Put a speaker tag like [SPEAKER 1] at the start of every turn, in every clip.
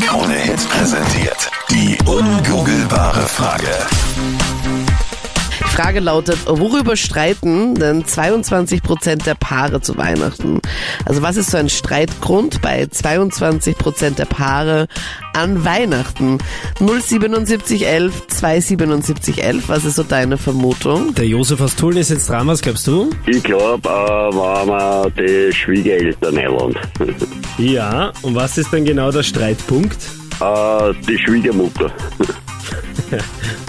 [SPEAKER 1] Krone Hits präsentiert die ungoogelbare Frage.
[SPEAKER 2] Die Frage lautet, worüber streiten denn 22 Prozent der Paare zu Weihnachten? Also was ist so ein Streitgrund bei 22 Prozent der Paare an Weihnachten? 07711 27711, was ist so deine Vermutung?
[SPEAKER 3] Der Josef aus Tulln ist jetzt dran, was glaubst du?
[SPEAKER 4] Ich glaube, äh, waren wir die Schwiegereltern einladen.
[SPEAKER 3] Ja, und was ist dann genau der Streitpunkt?
[SPEAKER 4] äh, die Schwiegermutter.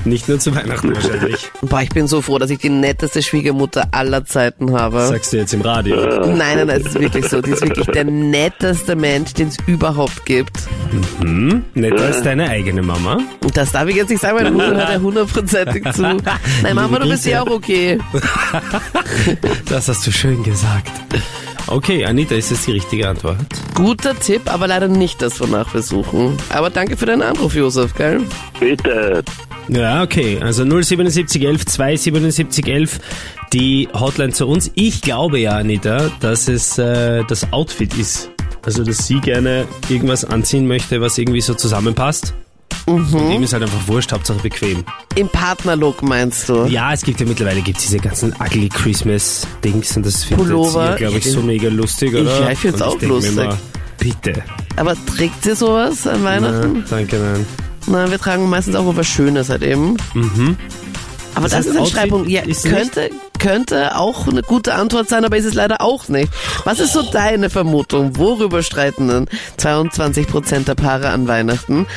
[SPEAKER 3] Nicht nur zu Weihnachten wahrscheinlich.
[SPEAKER 2] Boah, ich bin so froh, dass ich die netteste Schwiegermutter aller Zeiten habe.
[SPEAKER 3] Sagst du jetzt im Radio.
[SPEAKER 2] Nein, nein, nein, es ist wirklich so. Die ist wirklich der netteste Mensch, den es überhaupt gibt.
[SPEAKER 3] Netter als deine eigene Mama.
[SPEAKER 2] Und das darf ich jetzt nicht sagen, meine Mutter hört ja hundertprozentig zu. Nein, Mama, du bist ja auch okay.
[SPEAKER 3] Das hast du schön gesagt. Okay, Anita, ist das die richtige Antwort?
[SPEAKER 2] Guter Tipp, aber leider nicht das, wonach wir suchen. Aber danke für deinen Anruf, Josef, gell?
[SPEAKER 4] Bitte,
[SPEAKER 3] Ja, okay. Also 07711 27711, die Hotline zu uns. Ich glaube ja, Anita, dass es äh, das Outfit ist. Also, dass sie gerne irgendwas anziehen möchte, was irgendwie so zusammenpasst. Und ihm ist halt einfach wurscht, Hauptsache bequem.
[SPEAKER 2] Im Partnerlook meinst du?
[SPEAKER 3] Ja, es gibt ja mittlerweile gibt's diese ganzen ugly Christmas-Dings und das findet
[SPEAKER 2] Pullover.
[SPEAKER 3] ihr, glaube ich, so mega lustig, oder?
[SPEAKER 2] ja, ich find's
[SPEAKER 3] Und
[SPEAKER 2] auch
[SPEAKER 3] denk mir
[SPEAKER 2] lustig.
[SPEAKER 3] Immer, bitte.
[SPEAKER 2] Aber trägt ihr sowas an Weihnachten?
[SPEAKER 3] Nein, danke, nein.
[SPEAKER 2] Nein, wir tragen meistens auch was Schönes halt eben. Aber das,
[SPEAKER 3] Mhm. heißt,
[SPEAKER 2] ist ein
[SPEAKER 3] Outfit
[SPEAKER 2] Schreibung. Ja,
[SPEAKER 3] ist
[SPEAKER 2] könnte, könnte auch eine gute Antwort sein, aber ist es leider auch nicht. Was ist so deine Vermutung? Worüber streiten denn 22 Prozent der Paare an Weihnachten?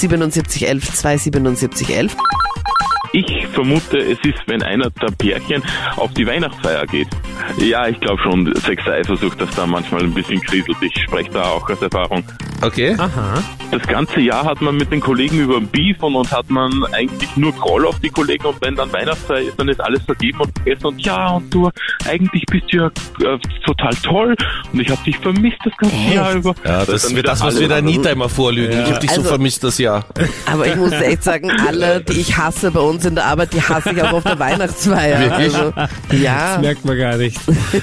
[SPEAKER 2] 07711 27711.
[SPEAKER 5] Ich vermute, es ist, wenn einer der Pärchen auf die Weihnachtsfeier geht. Ja, ich glaube schon, Sexei versucht das da manchmal ein bisschen kriselt. Ich spreche da auch aus Erfahrung.
[SPEAKER 1] Okay.
[SPEAKER 2] Ah.
[SPEAKER 3] Aha.
[SPEAKER 5] Das ganze Jahr hat man mit den Kollegen über Beef und, und hat man eigentlich nur Groll auf die Kollegen und wenn dann Weihnachtsfeier ist, dann ist alles vergeben und vergessen und ja, und du, eigentlich bist du ja äh, total toll und ich habe dich vermisst das ganze Jahr über.
[SPEAKER 1] Ja, das
[SPEAKER 5] Dann
[SPEAKER 1] ist
[SPEAKER 5] wieder
[SPEAKER 1] das, was
[SPEAKER 5] alles
[SPEAKER 1] wir der
[SPEAKER 5] andere.
[SPEAKER 1] Anita immer vorlügen. Ich hab dich so
[SPEAKER 2] Also-
[SPEAKER 1] vermisst das Jahr.
[SPEAKER 2] Aber ich muss echt sagen, alle, die ich hasse bei uns in der Arbeit, die hasse ich auch auf der Weihnachtsfeier.
[SPEAKER 1] Wirklich?
[SPEAKER 2] Also, ja.
[SPEAKER 3] Das merkt man gar nicht.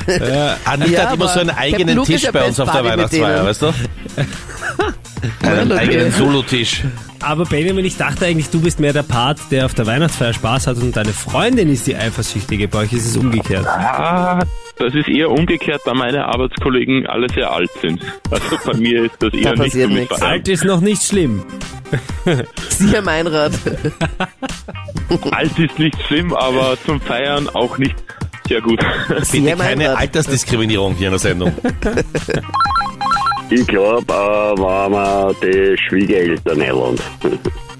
[SPEAKER 1] Anita
[SPEAKER 2] Ja,
[SPEAKER 1] hat immer
[SPEAKER 2] aber
[SPEAKER 1] so einen
[SPEAKER 2] der
[SPEAKER 1] eigenen
[SPEAKER 2] Luke ist
[SPEAKER 1] Tisch
[SPEAKER 2] der
[SPEAKER 1] bei uns auf der
[SPEAKER 2] Best Buddy mit
[SPEAKER 1] Weihnachtsfeier,
[SPEAKER 2] denen.
[SPEAKER 1] weißt du? Einen
[SPEAKER 2] Luke.
[SPEAKER 1] eigenen Solotisch.
[SPEAKER 3] Aber Benjamin, ich dachte eigentlich, du bist mehr der Part, der auf der Weihnachtsfeier Spaß hat und deine Freundin ist die Eifersüchtige. Bei euch ist es umgekehrt.
[SPEAKER 5] Ah, das ist eher umgekehrt, da meine Arbeitskollegen alle sehr alt sind. Also bei mir ist das eher nicht
[SPEAKER 2] passiert
[SPEAKER 5] zu
[SPEAKER 2] nichts.
[SPEAKER 5] mitfeiern.
[SPEAKER 3] Alt ist noch nicht schlimm.
[SPEAKER 2] Siehe mein Rat.
[SPEAKER 5] Alt ist nicht schlimm, aber zum Feiern auch nicht sehr gut.
[SPEAKER 1] Bitte
[SPEAKER 2] mein
[SPEAKER 1] keine
[SPEAKER 2] Gott.
[SPEAKER 1] Altersdiskriminierung hier in der Sendung.
[SPEAKER 4] ich glaube, äh, waren wir die Schwiegereltern einladen.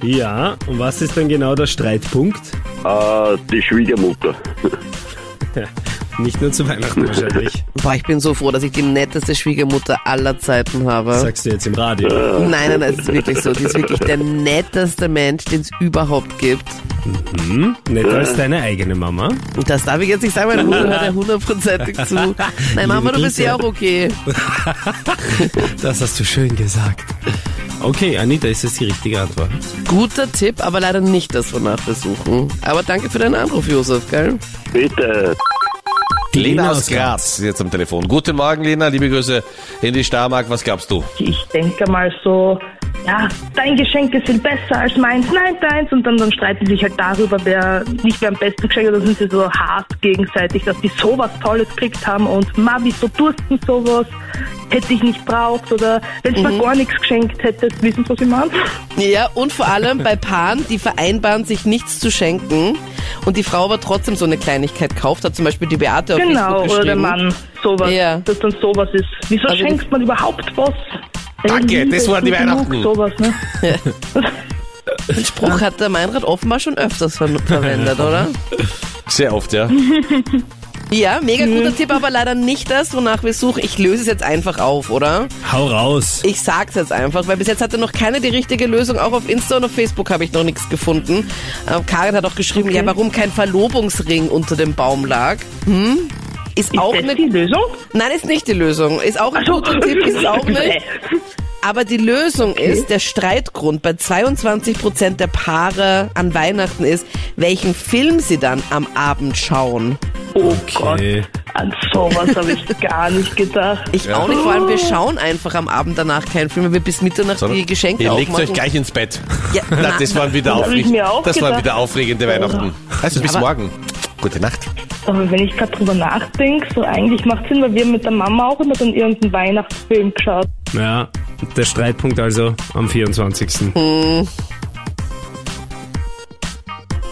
[SPEAKER 3] Ja, und was ist dann genau der Streitpunkt?
[SPEAKER 4] äh, die Schwiegermutter.
[SPEAKER 3] Nicht nur zu Weihnachten wahrscheinlich.
[SPEAKER 2] Boah, ich bin so froh, dass ich die netteste Schwiegermutter aller Zeiten habe.
[SPEAKER 3] Sagst du jetzt im Radio.
[SPEAKER 2] Nein, nein, nein, es ist wirklich so. Die ist wirklich der netteste Mensch, den es überhaupt gibt.
[SPEAKER 3] Netter als deine eigene Mama.
[SPEAKER 2] Und das darf ich jetzt nicht sagen, meine Mutter hört ja hundertprozentig zu. Nein, Mama, du bist ja auch okay.
[SPEAKER 3] Das hast du schön gesagt. Okay, Anita, ist das die richtige Antwort?
[SPEAKER 2] Guter Tipp, aber leider nicht das, wonach wir suchen. Aber danke für deinen Anruf, Josef, gell?
[SPEAKER 4] Bitte,
[SPEAKER 1] Lena aus Graz ist jetzt am Telefon. Guten Morgen, Lena. Liebe Grüße in die Starmark. Was glaubst du?
[SPEAKER 6] ich denke mal so, ja, dein Geschenke sind besser als meins, nein, deins. Und dann, dann streiten sie sich halt darüber, wer nicht wer am besten geschenkt hat. Dann sind sie so hart gegenseitig, dass die sowas Tolles gekriegt haben. Und Ma, wieso dursten sowas? Hätte ich nicht braucht. Oder wenn du
[SPEAKER 2] Mhm.
[SPEAKER 6] mir gar nichts geschenkt hättest, wissen Sie, was ich meine?
[SPEAKER 2] Ja, und vor allem bei Paaren, die vereinbaren, sich nichts zu schenken und die Frau aber trotzdem so eine Kleinigkeit kauft, hat zum Beispiel die Beate auf
[SPEAKER 6] Genau,
[SPEAKER 2] Facebook
[SPEAKER 6] oder der
[SPEAKER 2] geschrieben.
[SPEAKER 6] Mann, sowas.
[SPEAKER 2] Ja.
[SPEAKER 6] Dass dann sowas ist. Wieso
[SPEAKER 2] Also die-
[SPEAKER 6] schenkt man überhaupt was?
[SPEAKER 1] Danke,
[SPEAKER 6] Liebe
[SPEAKER 1] das
[SPEAKER 6] ist
[SPEAKER 1] waren die
[SPEAKER 6] nicht genug,
[SPEAKER 1] Weihnachten.
[SPEAKER 6] Sowas, ne?
[SPEAKER 2] Den Spruch hat der Meinrad offenbar schon öfters ver verwendet, oder?
[SPEAKER 1] Sehr oft, ja.
[SPEAKER 2] Ja, mega
[SPEAKER 6] Mhm.
[SPEAKER 2] guter Tipp, aber leider nicht das, wonach wir suchen. Ich löse es jetzt einfach auf, oder?
[SPEAKER 3] Hau raus.
[SPEAKER 2] Ich sag's jetzt einfach, weil bis jetzt hatte noch keiner die richtige Lösung. Auch auf Insta und auf Facebook habe ich noch nichts gefunden. Äh, Karin hat auch geschrieben, ja, warum kein Verlobungsring unter dem Baum lag. Hm? Ist,
[SPEAKER 6] Ist
[SPEAKER 2] auch
[SPEAKER 6] das
[SPEAKER 2] eine.
[SPEAKER 6] die Lösung? Also,
[SPEAKER 2] Nein, ist nicht die Lösung. Ist auch ein guter Tipp, ist es auch nicht. Aber die Lösung ist, der Streitgrund bei 22 Prozent der Paare an Weihnachten ist, welchen Film sie dann am Abend schauen.
[SPEAKER 6] Oh Gott.
[SPEAKER 3] Okay.
[SPEAKER 6] An sowas habe ich gar nicht gedacht.
[SPEAKER 2] Ich auch nicht. Vor allem, wir schauen einfach am Abend danach keinen Film, weil wir bis Mitternacht
[SPEAKER 1] Sondern
[SPEAKER 2] die Geschenke
[SPEAKER 1] Ihr legt
[SPEAKER 2] aufmachen.
[SPEAKER 1] euch gleich ins Bett.
[SPEAKER 2] Ja,
[SPEAKER 1] Na,
[SPEAKER 2] na,
[SPEAKER 1] das waren wieder
[SPEAKER 6] Das hab ich
[SPEAKER 1] aufregend.
[SPEAKER 6] mir auch
[SPEAKER 1] Das waren
[SPEAKER 6] gedacht.
[SPEAKER 1] wieder aufregende Weihnachten. Also bis
[SPEAKER 2] aber-
[SPEAKER 1] morgen. Gute Nacht.
[SPEAKER 6] Aber wenn ich gerade drüber nachdenke, so eigentlich macht Sinn, weil wir haben mit der Mama auch immer dann irgendeinen Weihnachtsfilm geschaut.
[SPEAKER 3] Ja, der Streitpunkt also am 24.